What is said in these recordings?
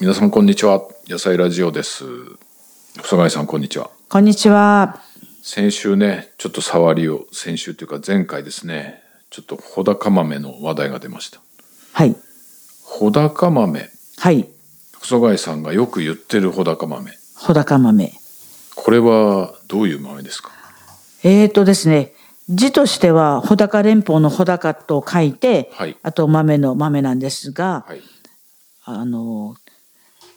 皆様こんにちは野菜ラジオです細貝さんこんにちはこんにちは。先週ねちょっと触りを先週というか前回ですねちょっと穂高豆の話題が出ましたはい。穂高豆はい。細貝さんがよく言ってる穂高豆穂高豆。これはどういう豆ですかえーとですね、字としては穂高連峰の穂高と書いて、はいあと豆の豆なんですが、はいあの、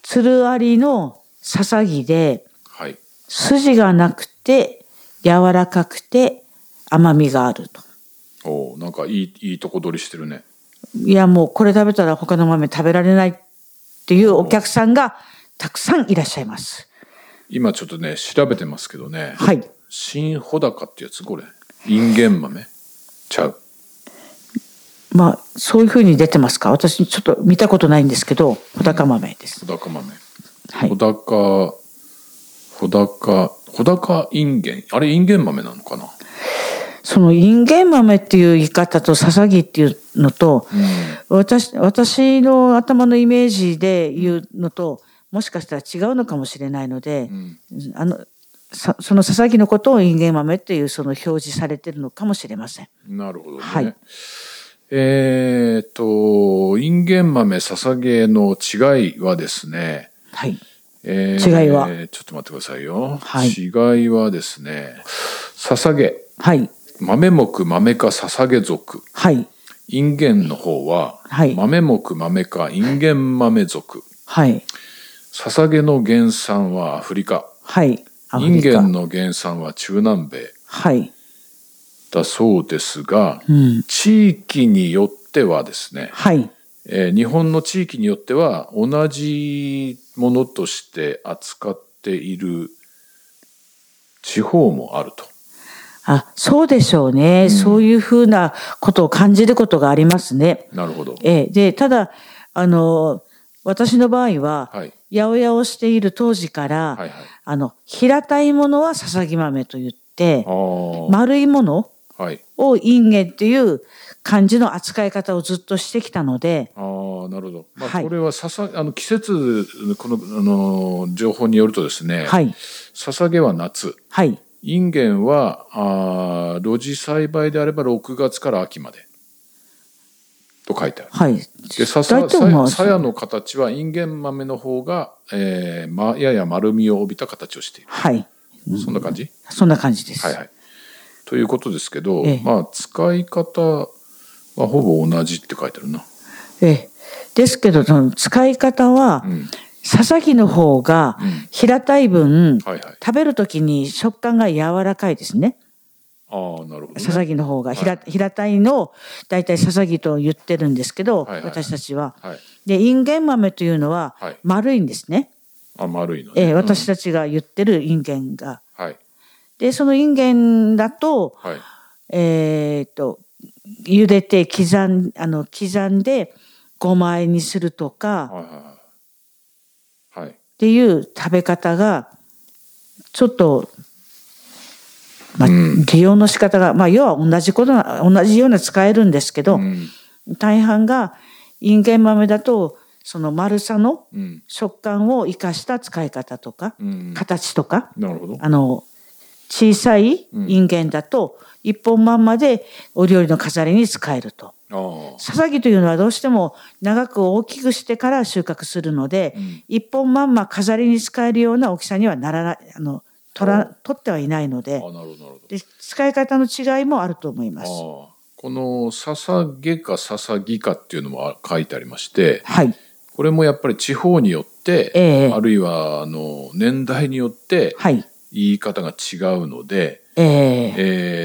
つるありのささぎで、はい筋がなくて、柔らかくて、甘みがあると。おーなんかいいいいとこ取りしてるねいや、もうこれ食べたら他の豆食べられないっていうお客さんがたくさんいらっしゃいます。今ちょっとね調べてますけどね、はい。新穂高ってやつこれインゲン豆ちゃうまあ、そういうふうに出てますか私ちょっと見たことないんですけど、穂高豆です。穂高豆はい穂。高、穂高、穂高インゲン。あれインゲン豆なのかなそのインゲン豆っていう言い方とささぎっていうのと、私、私の頭のイメージで言うのと、もしかしたら違うのかもしれないので、あの、さそのささぎのことをインゲン豆っていうその表示されてるのかもしれません。なるほどね。はいえーっと、インゲン豆、ささげの違いはですね、はい。えー違いはちょっと待ってくださいよ。はい違いはですね、ささげ、はい。豆目豆かささげ属。はい。インゲンの方は、はい豆目豆かインゲン豆属。はい。ささげの原産はアフリカ。はい。アフインリカゲンの原産は中南米はい。だそうですが、うん。地域によってはですね、はい。えー日本の地域によっては同じものとして扱っている地方もあると。あ、そうでしょうね。そういうふうなことを感じることがありますね。なるほど。ええ、で、ただ、あの、私の場合は、はい八百屋をしている当時から、はいはいあの、平たいものはささぎ豆と言ってあ、ー丸いものはい。をインゲンっていう感じの扱い方をずっとしてきたので、あーなるほど。まあ、はいこれはささ、あの、季節、この、あのー、情報によるとですね、はい、捧げは夏、はい。インゲンは、あー露地栽培であれば6月から秋まで。と書いてある。はい。で、ささ、大体さまやあさやの形はインゲン豆の方が、えーま、やや丸みを帯びた形をしていはい。る。そんな感じ、そんな感じです。はいはい。ということですけど、ええまあ、使い方はほぼ同じって書いてあるな。ええですけど、その使い方は、ささぎの方が平たい分、はいはい食べるときに食感が柔らかいですね。ああ、なるほど、さね。さぎの方が、平平たいのを大体ささぎと言ってるんですけど、はいはいはい私たちは。はいで、インゲン豆というのははい丸いんですね。あ、丸いのね。ええ私たちが言ってるインゲンが。はい。で、そのインゲンだと、はい。えっと、茹でて刻ん、あの、刻んで5枚にするとか、はいはいはい。はい。っていう食べ方が、ちょっと、まあ、利用の仕方が、まあ、要は同じことな、同じような使えるんですけど、大半が、インゲン豆だと、その丸さのうん。食感を生かした使い方とか、うん形とか、なるほど。あの、小さいインゲンだと、一本まんまでお料理の飾りに使えると。あささぎというのはどうしても長く大きくしてから収穫するので、一本まんま飾りに使えるような大きさにはならない、あの、取ら、取ってはいないのあ。あでなるほど、なるほで、使い方の違いもあると思います。ど。ああ。この、ささげかささぎかっていうのもあ書いてありまして、はい。これもやっぱり地方によって、ええあるいは、あの、年代によって、はい。言い方が違うので、ええ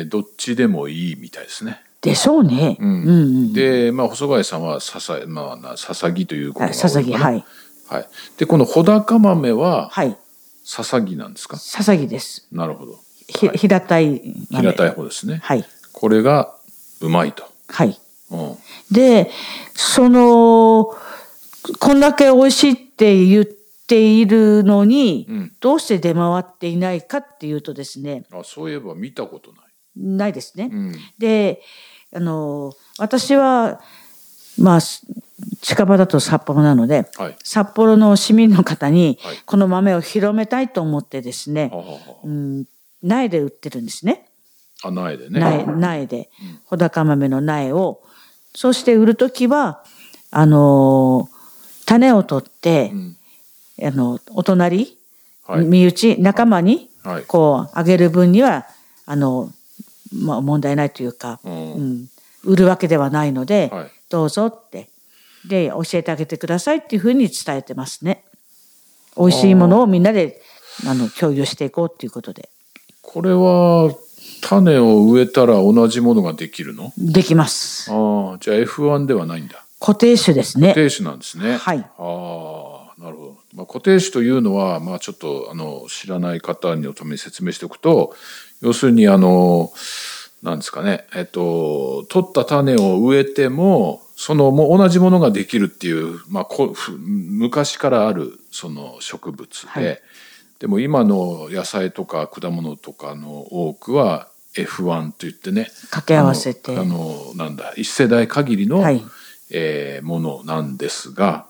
えーどっちでもいいみたいですね。でしょうね。うん、うんうんで、まあ、細貝さんはささ、まあな、ささぎということが多いのかなささぎ、はい。はい。で、この穂高豆は、はい。ささぎなんですかささぎです。なるほど。ひ、平たい豆。平たい方ですね。はい。これがうまいと。はい。うん。で、その、こんだけ美味しいって言っているのに、うんどうして出回っていないかっていうとですね、あそういえば見たことない。ないですね。うん。で、あの、私は、まあ、し近場だと札幌なので、はい札幌の市民の方にはいこの豆を広めたいと思ってですね、はあはあはうん、苗で売ってるんですね。ああ苗でね苗苗で、穂高豆の苗を、そして売るときは、あのー種を取ってう、んあの、お隣、はい身内、仲間にはい、こう、あげる分には、あの、まあ、問題ないというか、うんうん売るわけではないので、はいどうぞって。で、教えてあげてくださいっていうふうに伝えてますね。美味しいものをみんなで、あの、共有していこうっていうことで。これは種を植えたら同じものができるのできます。ああじゃあ F1 ではないんだ固定種ですね。固定種なんですね。はいああ、なるほど。まあ、固定種というのは、まあ、ちょっと、あの、知らない方のために説明しておくと、要するに、あの、なんですかね、えっと、取った種を植えても、その、もう同じものができるっていう、まあ、こふ昔からある、その植物で、はいでも今の野菜とか果物とかの多くは、F1 といってね、掛け合わせてあのあのなんだ一世代限りの、はいえーものなんですが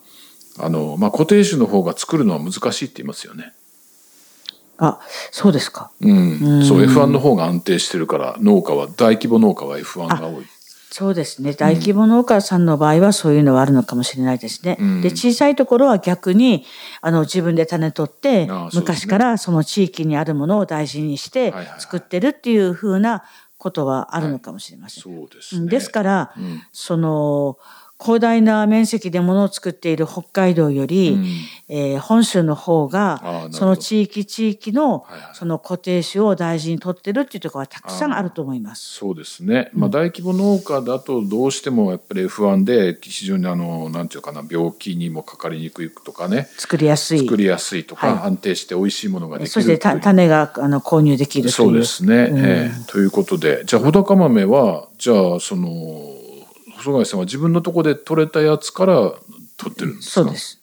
あの、まあ、固定種の方が作るのは難しいって言いますよね。あ、そうですか。うん、そう F1 の方が安定してるから農家は大規模農家は F1 が多い。そうですね。大規模農家さんの場合はそういうのはあるのかもしれないですね。んで、小さいところは逆に、あの、自分で種取ってああそうで、すね昔からその地域にあるものを大事にしてはいはい作ってるっていうふうなことはあるのかもしれません。そうですうね。んですから、んその広大な面積でものを作っている北海道より、うんえー本州の方あーなるほがどその地域地域の、はいはいその固定種を大事に取ってるっていうところはたくさんあると思います。そうですね、まあ、大規模農家だとどうしてもやっぱり F1 で非常にあのなんていうかな病気にもかかりにくいとかね作りやすい。作りやすいとか、は安定して美味しいものができるそしてたという種があの購入できるという。そうですね、ええということでじゃあ穂高豆はじゃあその細貝さんは自分のとこで取れたやつから取ってるんですかそうです。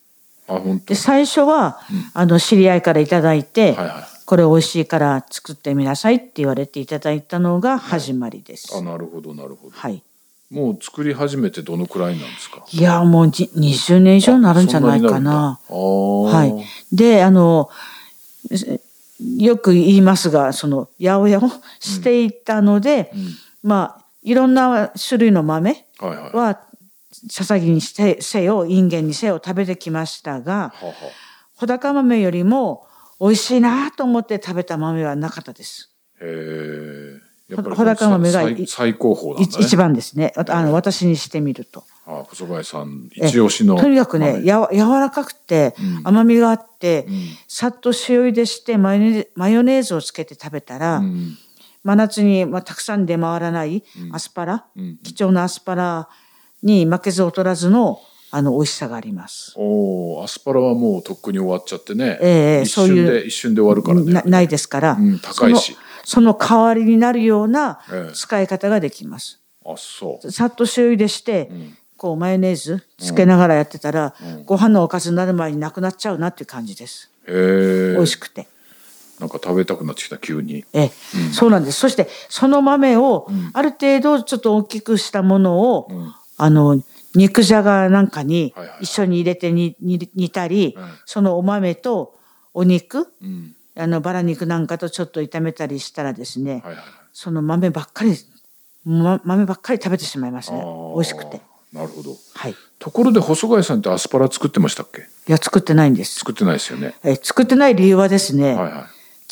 あ本当で最初は、あの知り合いからいただいて、はいはいこれ美味しいから作ってみなさいって言われていただいたのが始まりです。はあい。なるほどなるほどもう作り始めてどのくらいなんですかいやもうじ20年以上になるんじゃないかな。そんなはになるんだあーい。で、あの、えよく言いますが、その、八百屋をしていたので、まあ、いろんな種類の豆はいはいはは、ささぎにしてせよ、インゲンにせよ食べてきましたが、は穂高豆よりも美味しいなと思って食べた豆はなかったです。へえやっぱり穂高豆が最最最高峰なんいだね一番ですね。あとあの、私にしてみると。あ細貝さんええ一押しのとにかくね、豆やわ柔らかくて、甘みがあって、さっと塩茹でしてマヨネマヨネーズをつけて食べたら、うん真夏に、まあ、たくさん出回らないアスパラ、うん貴重なアスパラに負けず劣らずのあの美味しさがあります。おーアスパラはもうとっくに終わっちゃってね、ええ一そう瞬いで一瞬で終わるからねなないですから、うん高いしそのその代わりになるようなええ使い方ができます。あそうさっと塩茹でして、こうマヨネーズつけながらやってたら、ご飯のおかずになる前になくなっちゃうなっていう感じです。へえ美味しくて。なんか食べたくなってきた急にええそうなんです。そして、その豆を、ある程度ちょっと大きくしたものを、あの、肉じゃがなんかにはいはい一緒に入れてに、に煮たり、うんそのお豆とお肉、んあの、バラ肉なんかとちょっと炒めたりしたらですね、はいはいはいその豆ばっかり、ま豆ばっかり食べてしまいますあね。ー美味しくて。なるほどはい。いところで細貝さんってアスパラ作ってましたっけや、作ってないんです。作ってないですよねえ作ってない理由はですね、はいはい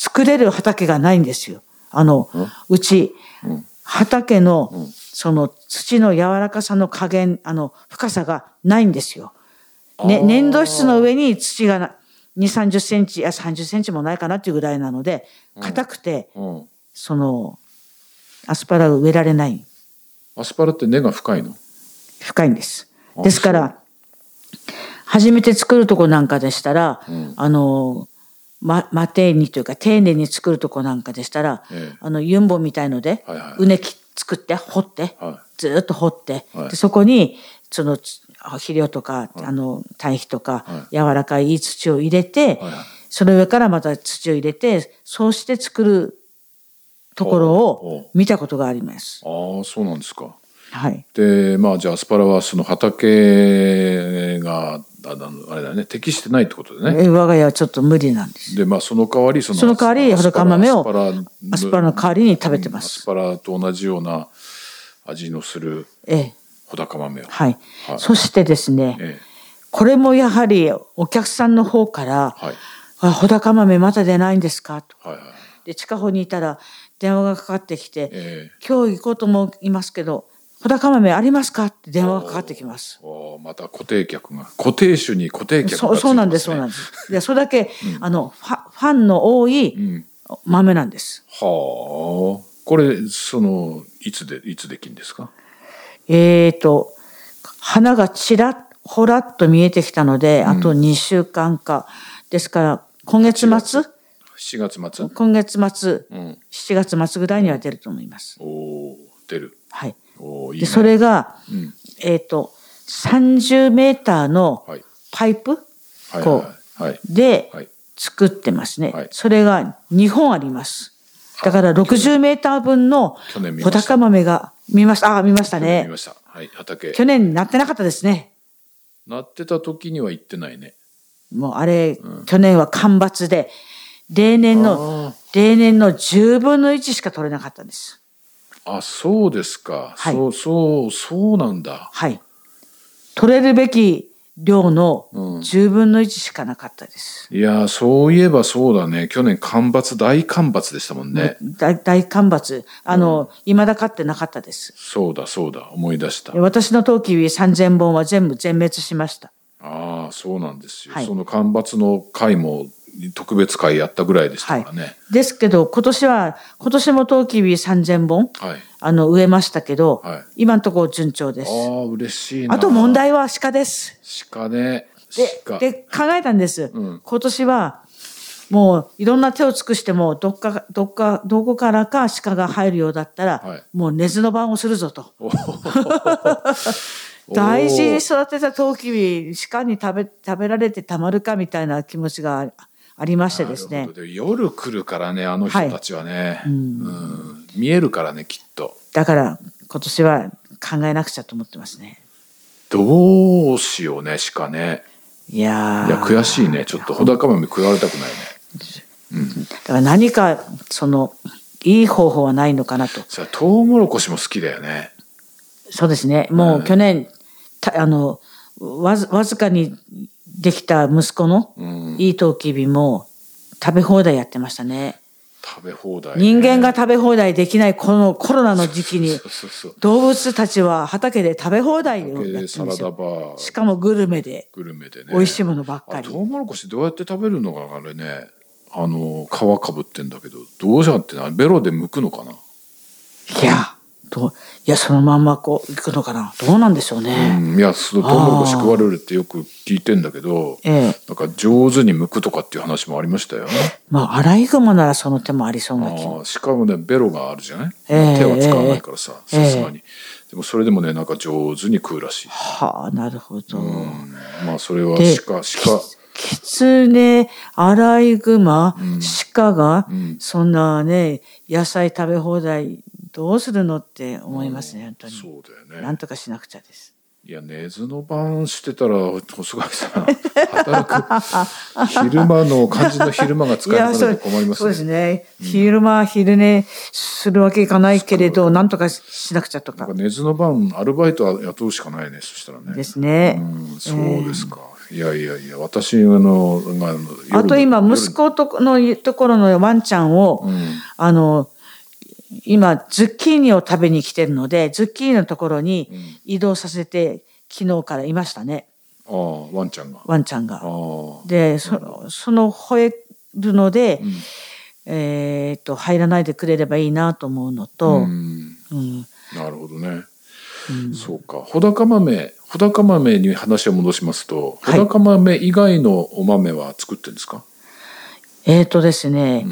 作れる畑がないんですよ。あの、うち、畑の、その土の柔らかさの加減、あの、深さがないんですよ。ね、粘土質の上に土がな2、30センチ、いや、30センチもないかなっていうぐらいなので、硬くて、うんその、アスパラが植えられない。アスパラって根が深いの深いんです。あですから、初めて作るとこなんかでしたら、あの、ま、ま、丁寧にというか、丁寧に作るとこなんかでしたら、ええあの、ユンボみたいので、はいはいうねき作って、掘って、はずーっと掘って、はいでそこに、その、つ肥料とか、あの、堆肥とか、柔らかいいい土を入れて、はいはいその上からまた土を入れて、そうして作るとこおろうおうを見たことがあります。ああそうなんですかはい。で、まあ、じゃあアスパラはその畑が、ああれだね、適してないってことでね。え我が家はちょっと無理なんです。で、まあ、その代わり、その、その代わりアスパ裸ラ豆アをスパラアスパラの代わりに食べてまアスす。パラと同じような味のするええ。小高豆を。はいは。いそしてですね、ええこれもやはりお客さんの方からはい、あ、穂高豆まだ出ないんですかと。はいはい。で、近方にいたら電話がかかってきて、ええ今日行こうと思いますけど、穂高豆ありますかって電話がかかってきます。おーまた固定客が、固定種に固定客がついてそまうす、ね。そうなんです、そうなんです。で、それだけ、あの、ファファンの多い豆なんです。はあ。これ、その、いつで、いつできんですかえーと、花がちらっ、ほらっと見えてきたので、あと2週間か。ですから、今月末、 ?7 月末今月末、うん。 7月末ぐらいには出ると思います。おお出る。はい。おおいい、で、ね。それが、んえーと、30メーターのはいパイプ、はいこはい、はい。ではい作ってますね、はいそれが2本ありますだから60メーター分の去年見小ました高豆が見ましたあ見ました見ねました。はい、畑。去年なってなかったですねなってた時には行ってないね。もうあれ、去年は干ばつで例年あの例年の10分の1しか取れなかったんですあ、そうですか。はいそう、そう、そうなんだ。はい取れるべき量のうん10分の1しかなかったです、いやー、そういえばそうだね。去年干ばつ、大干ばつでしたもんね。大大干ばつあの、未だ勝ってなかったですそうだ、そうだ、思い出した。私の陶器3000本は全部全滅しました。ああ、そうなんですよ。はいその干ばつの回も特別会やったぐらいでしたはいからね。。ですけど、今年は、今年も陶器3000本、はい。あの、植えましたけど、はい今のところ順調です。ああ、嬉しいな。あと問。題は鹿です。鹿ね。鹿。で、で、考えたんです。今年は、もういろんな手を尽くしても、どっか、どっか、どこからか鹿が入るようだったら、はいもう根津の番をするぞと。 おー大事に育てたトウキビ、鹿に食べ、食べられてたまるかみたいな気持ちがありましてですなねるほ。どで夜来るからねあの人たちはね、うん見えるからねきっとだから今年は考えなくちゃと思ってますね。どうしようねしかねいやーいや悔しいねちょっと穂高豆食われたくないねだから何かそのいい方法はないのかなと。それトウモロコシも好きだよねそうですね。もう去年、たあのわずわずかにできた息子のいいトウキビも食べ放題やってましたね。食べ放題ね、人間が食べ放題できないこのコロナの時期に そうそうそう動物たちは畑で食べ放題をやってるんでですサラダよ。バしーかもグルメでグルメでね美味しいものばっかありト。ウモロコシどうやって食べるのかなあれねあの皮かぶってんだけどどうじゃってなベロで剥くのかないや、どう、いや、そのまんまこう、行くのかな。どうなんでしょうね。うん、いやそのトウモロコシ食われるってよく聞いてんだけど、ええなんか上手に剥くとかっていう話もありましたよ。まあ、アライグマならその手もありそうな気も。ああしかもねベロがあるじゃない、ええ手は使わないからさええさすがに、でもそれでもねなんか上手に食うらしい、はあ、なるほど。うんまあそれはで鹿鹿キツネ、アライグマ、鹿が、そんなね、野菜食べ放題、どうするのって思いますね、本当に。そうだよなねんとかしなくちゃです。いや根津の晩してたら細貝さん働く昼間の肝心の昼間が使えなくそなるうと困りまそうですすねね。昼間、昼寝するわけいかないけれど、なんとかしなくちゃとなかんか。根津の晩アルバイトは雇うしかないねそしたらねですね。うんそうですか、いやいやいや私あのが夜あと今、息子とこのところのワンちゃんを、あの、今、ズッキーニを食べに来てるので、ズッキーニのところに移動させて、昨日からいましたね、ああワンちゃんがワンちゃんあが。あで、その、その吠えるので、えーっと、入らないでくれればいいなと思うのと、うんうんなるほどね、そうか穂高豆穂高豆に話を戻しますとはい穂高豆以外のお豆は作ってるんですかえーっとですね、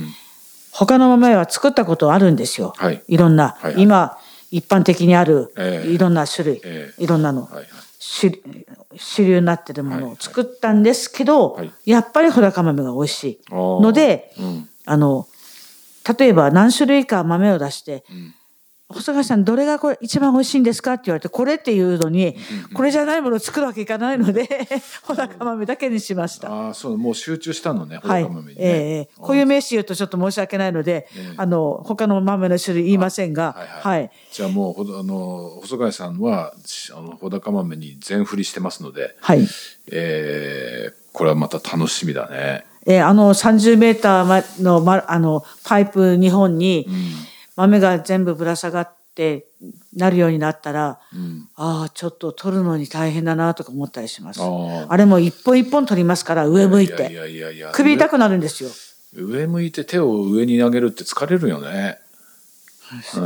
他の豆は作ったことあるんですよ。はいろんな、はいはい今、一般的にある、ええいろんな種類、えいろんなの。はいはい主主流になってるものはいを作ったんですけど、はいやっぱり穂高豆が美味しいあーので、うんあの例えば何種類か豆を出して、細川さん、どれがこれ一番美味しいんですかって言われて、これっていうのに、これじゃないものを作るわけいかな いので、ほだか豆だけにしました。ああ、そう、もう集中したのね、はいほだか豆。にねええあーこういう名詞言うとちょっと申し訳ないので、ええあの、他の豆の種類言いませんが、はいは、はいい。じゃあもう、ほどあの、細貝さんは、しあの、ほだか豆に全振りしてますので、はい。えー、これはまた楽しみだね。えーあの30メーターの,、ま、あのパイプ2本に豆が全部ぶら下がってなるようになったら、ああちょっと取るのに大変だなとか思ったりします。あーあれも一本一本取りますから上向いていやいやいやいや。首痛くなるんですよ。上向いて手を上に投げるって疲れるよね。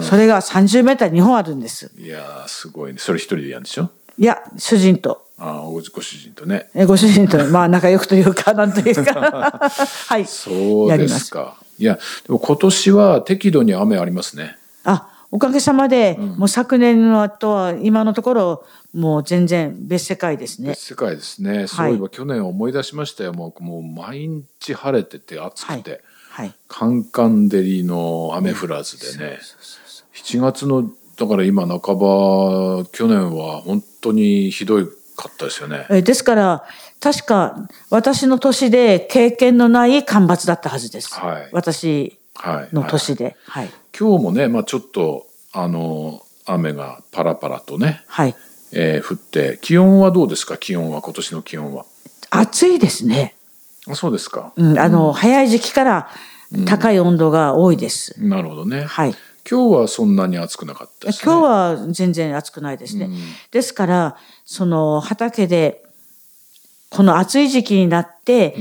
それが30メーター2本あるんです。いやー、すごいね。それ一人でやるんでしょいや主人と。ああ、ごご主人とね。えーご主人と、まあ、仲良くというか、なんというか。はい。そうやりでますか。いや、でも今年は適度に雨ありますね。あ、おかげさまで、もう昨年の後は、今のところ、もう全然別世界ですね。世界ですね。そういえば去年思い出しましたよ。もう、もう毎日晴れてて暑はくいて。。はい。カンカン照りの雨降らずでね、7月の、だから今半ば、去年は本当にひどいかったですよね。えですから、確か、私の年で経験のない干ばつだったはずです。はい私はい。のはい年で。はい。今日もね、まあちょっと、あの、雨がパラパラとね、はい。えー降って、気温はどうですか気温は、今年の気温は。暑いですね。あそうですか。うん、あの、早い時期から高い温度が多いです。なるほどね。はい。今日はそんなに暑くなかったですね。今日は全然暑くないですね。ですから、その畑で、この暑い時期になって、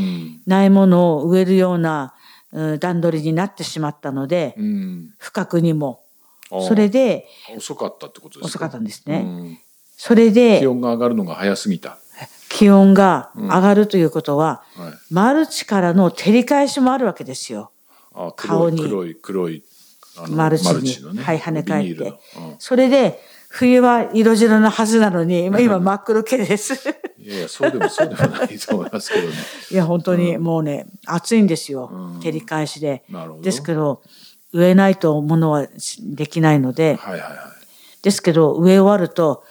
ないものを植えるようなうん段取りになってしまったので、うん。不覚にも。あーそれで、遅かったってことです遅かったんですたね。それ気で、温が上がるのが早すぎた。気温が上がるということは、はいマルチからの照り返しもあるわけですよ。あ黒顔いに黒い黒いあのマルチに。のね、はい、跳ね返っビニールてのうん。それで、冬は色白のはずな のに、今今真っ黒系です。 いやいやそうでもそうでもないと思いますけどね。 いや、本当にもうね、暑いんですよ。照り返しでなるほど。ですけど、植えないとものはできないので、はいはいはですけど、植え終わると、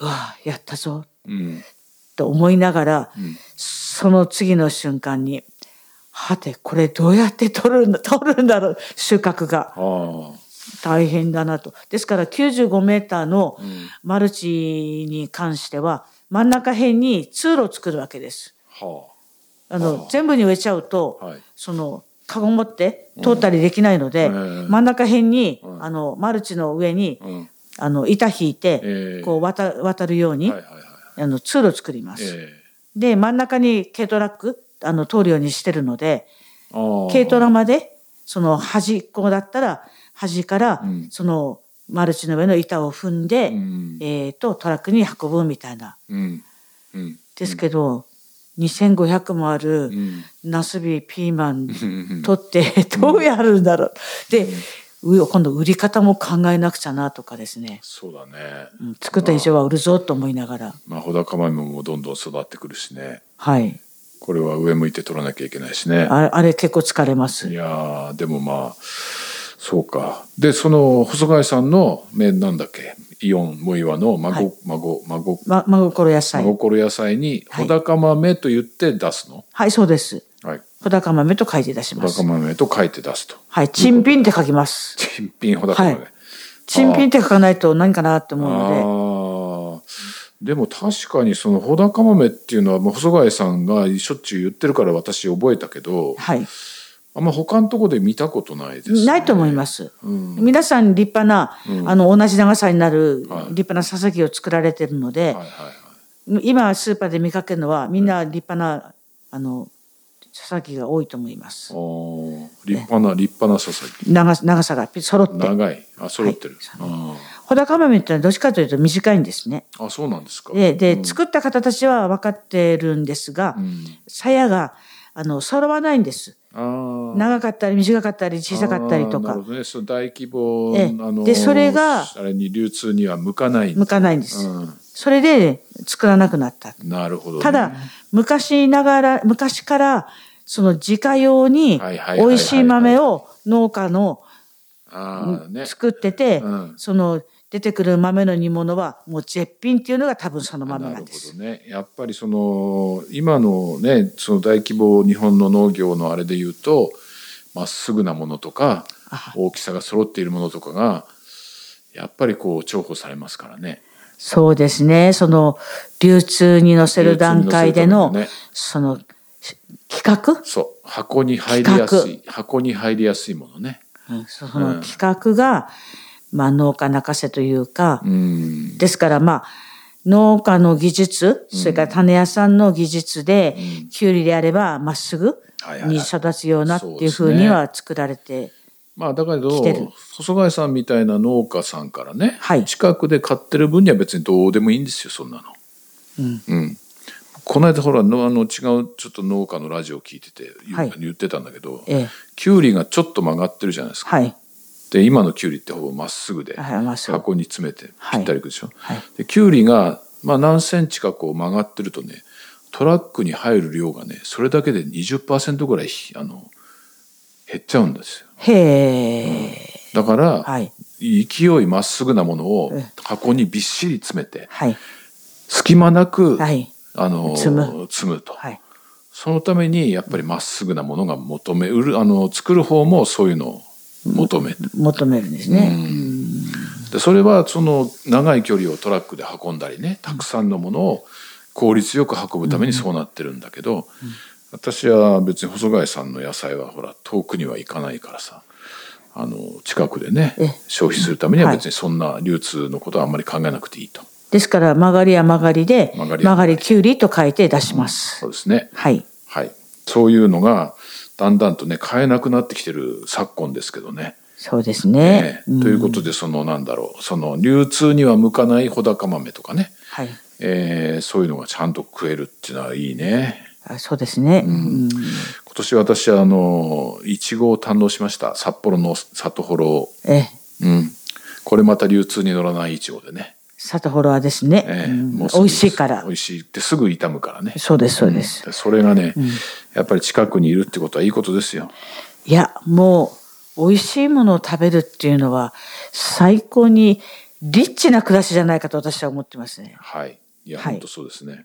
うわぁ、やったぞ、い。うん。と思いながら、その次の瞬間に、はて、これどうやって取るんだ、 取るんだろう、収穫が。あ大変だなと。ですから95メーターのマルチに関しては、真ん中辺に通路を作るわけです。あはあの全部に植えちゃうと、はいそのカゴ持って通ったりできないので、ええ真ん中辺に、あのマルチの上に、んあの板引いて、ええこう渡渡るようあ。に、はいはいはい。あの通路を作ります。えで真ん中に軽トラックあの通るようにしてるのでえああ。軽トラまでその端っこだったら端から、そのマルチの上の板を踏んで、んえー、とトラックに運ぶみたいな。うんうんですけど、2500もあるんナスビピーマン取ってどうやるんだろう、でう今度売り方も考えなくちゃなとかですね、そうだね。うん作った以上は売るぞと思いながらまあ穂高豆もどんどん育ってくるしね。はいこれは上向いて取らなきゃいけないしね。あれあれ結構疲れまいすやーでもまあそうかでその細貝さんのめなんだっけイオン藻岩の孫、はい孫孫ま真心野菜真心野菜にはい穂高豆と言って出すの、はいそうですはい、小高豆と書いて出しま穂高す豆と書いて出すとはい珍品って書きます珍品穂高豆、はい珍品って書かないと何かなって思うのでああでも確かにその穂高豆っていうのはまあ細貝さんがしょっちゅう言ってるから私覚えたけどはいあんま他のとこで見たことないです、ね、ないと思います。皆さん立派な、あの同じ長さになる立派な佐々木を作られてるので、はいはいはい今スーパーで見かけるのはみんな立派な、あの佐々木が多いと思います。おー立派な、立派な佐々木長長さがピ揃って。長いあ揃ってる、あホダカマメってのはどっちかというと短いんですね。ーあそうなんですかでで作った方たちは分かってるんですが、鞘があの揃わないんです。あー長かったり短かったり小さかったりとあーなかるほどねその大規模、ええあのでそれがあれに流通には向かない向かないんです。うんそれで作らなくなった。なるほどね、ただ、昔ながら、昔から、その自家用にはいはいはいはい美味しい豆を農家のああね。作ってて、うんその出てくる豆の煮物はもう絶品っていうのが多分その豆ななるんほです。どね。やっぱりその今のねその大規模日本の農業のあれで言うとまっすぐなものとかあ大きさが揃っているものとかがやっぱりこう重宝されますからね。そうですね。その流通に乗せる段階での、流通に乗せるためのねそのし企そう箱に入りやすい箱に入りやすいものね。画、その企画が、まあ農家泣かせというか、うんですからまあ農家の技術、それから種屋さんの技術で、きゅうりであればまっすぐはいはいにはい育つようなっていうふうには作られて、まあだけ来どてる細貝さんみたいな農家さんからね、はい近くで買ってる分には別にどうでもいいんですよそんなの。うんこの間ほらのあの違うちょっと農家のラジオ聞いてて言,、はい言ってたんだけど、ええきゅうりがちょっと曲がってるじゃないですか。はい。で今のきゅうりってほぼまっすぐではいまっすぐ箱に詰めてはぴいったりいくでしょ。はいできゅうりが、まあ、何センチかこう曲がってるとねトラックに入る量がねそれだけで20%ぐらいひあの減っちゃうんですよ。へえ、だから、はい。勢いまっすぐなものをえ箱にびっしり詰めてはい。隙間なく、はい。あの積む積むと、はい。そのためにやっぱりまっすぐなものが求めうるあの作る方もそういうのを求める、求めるんですね。でそれはその長い距離をトラックで運んだりねたくさんのものを効率よく運ぶためにそうなってるんだけど、私は別に細貝さんの野菜はほら遠くには行かないからさあの近くでねええ消費するためにははい別にそんな流通のことはあんまり考えなくていいと、ですから、曲がりは曲がりで、曲がりは曲がり曲がりきゅうりと書いて出します。そうですねはい。はいそういうのがだんだんとね買えなくなってきてる昨今ですけどね、そうですねえ。えということでそのなんだろうその流通には向かない穂高豆とかね、はい。えーそういうのがちゃんと食えるっていうのはいいねあそうですね。うん今年私はあのいちごを堪能しました札幌の里幌を、ええ。うん、これまた流通に乗らないいちごでね、サタホロはですね、えうーんもうす美ぐ味しいから美。味しいってすぐ傷むからねそうです、そうです。でそれがね、やっぱり近くにいるってことはいいことですよいや、もう、美味しいものを食べるっていうのは、最高にリッチな暮らしじゃないかと私は思ってますね。はいいや、はい本当そうですね、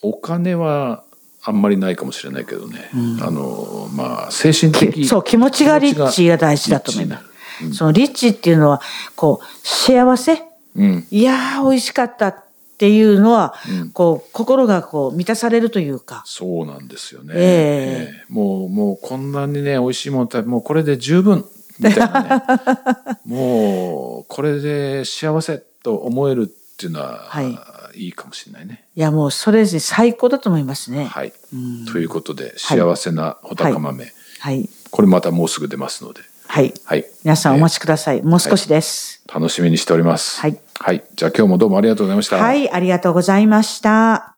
お金はあんまりないかもしれないけどね、あのまあ精神的そう、気持ちがリッチが大事だと思います。そのリッチっていうのは、こう、幸せ、うんいやー、美味しかったっていうのは、こう、心がこう、満たされるというか、そうなんですよね、えええもうもうこんなにね美味しいもの食べもうこれで十分みたい なねもうこれで幸せと思えるっていうのは、、はいいかもしれないね。いや、もう、それで最高だと思いますね。はい、ということで幸せな穂高豆、はい。これまたもうすぐ出ますので、はい。はい、皆さんお待ちください。もう少しです。楽しみにしております。はいじゃあ今日もどうもありがとうございました。はい、ありがとうございました。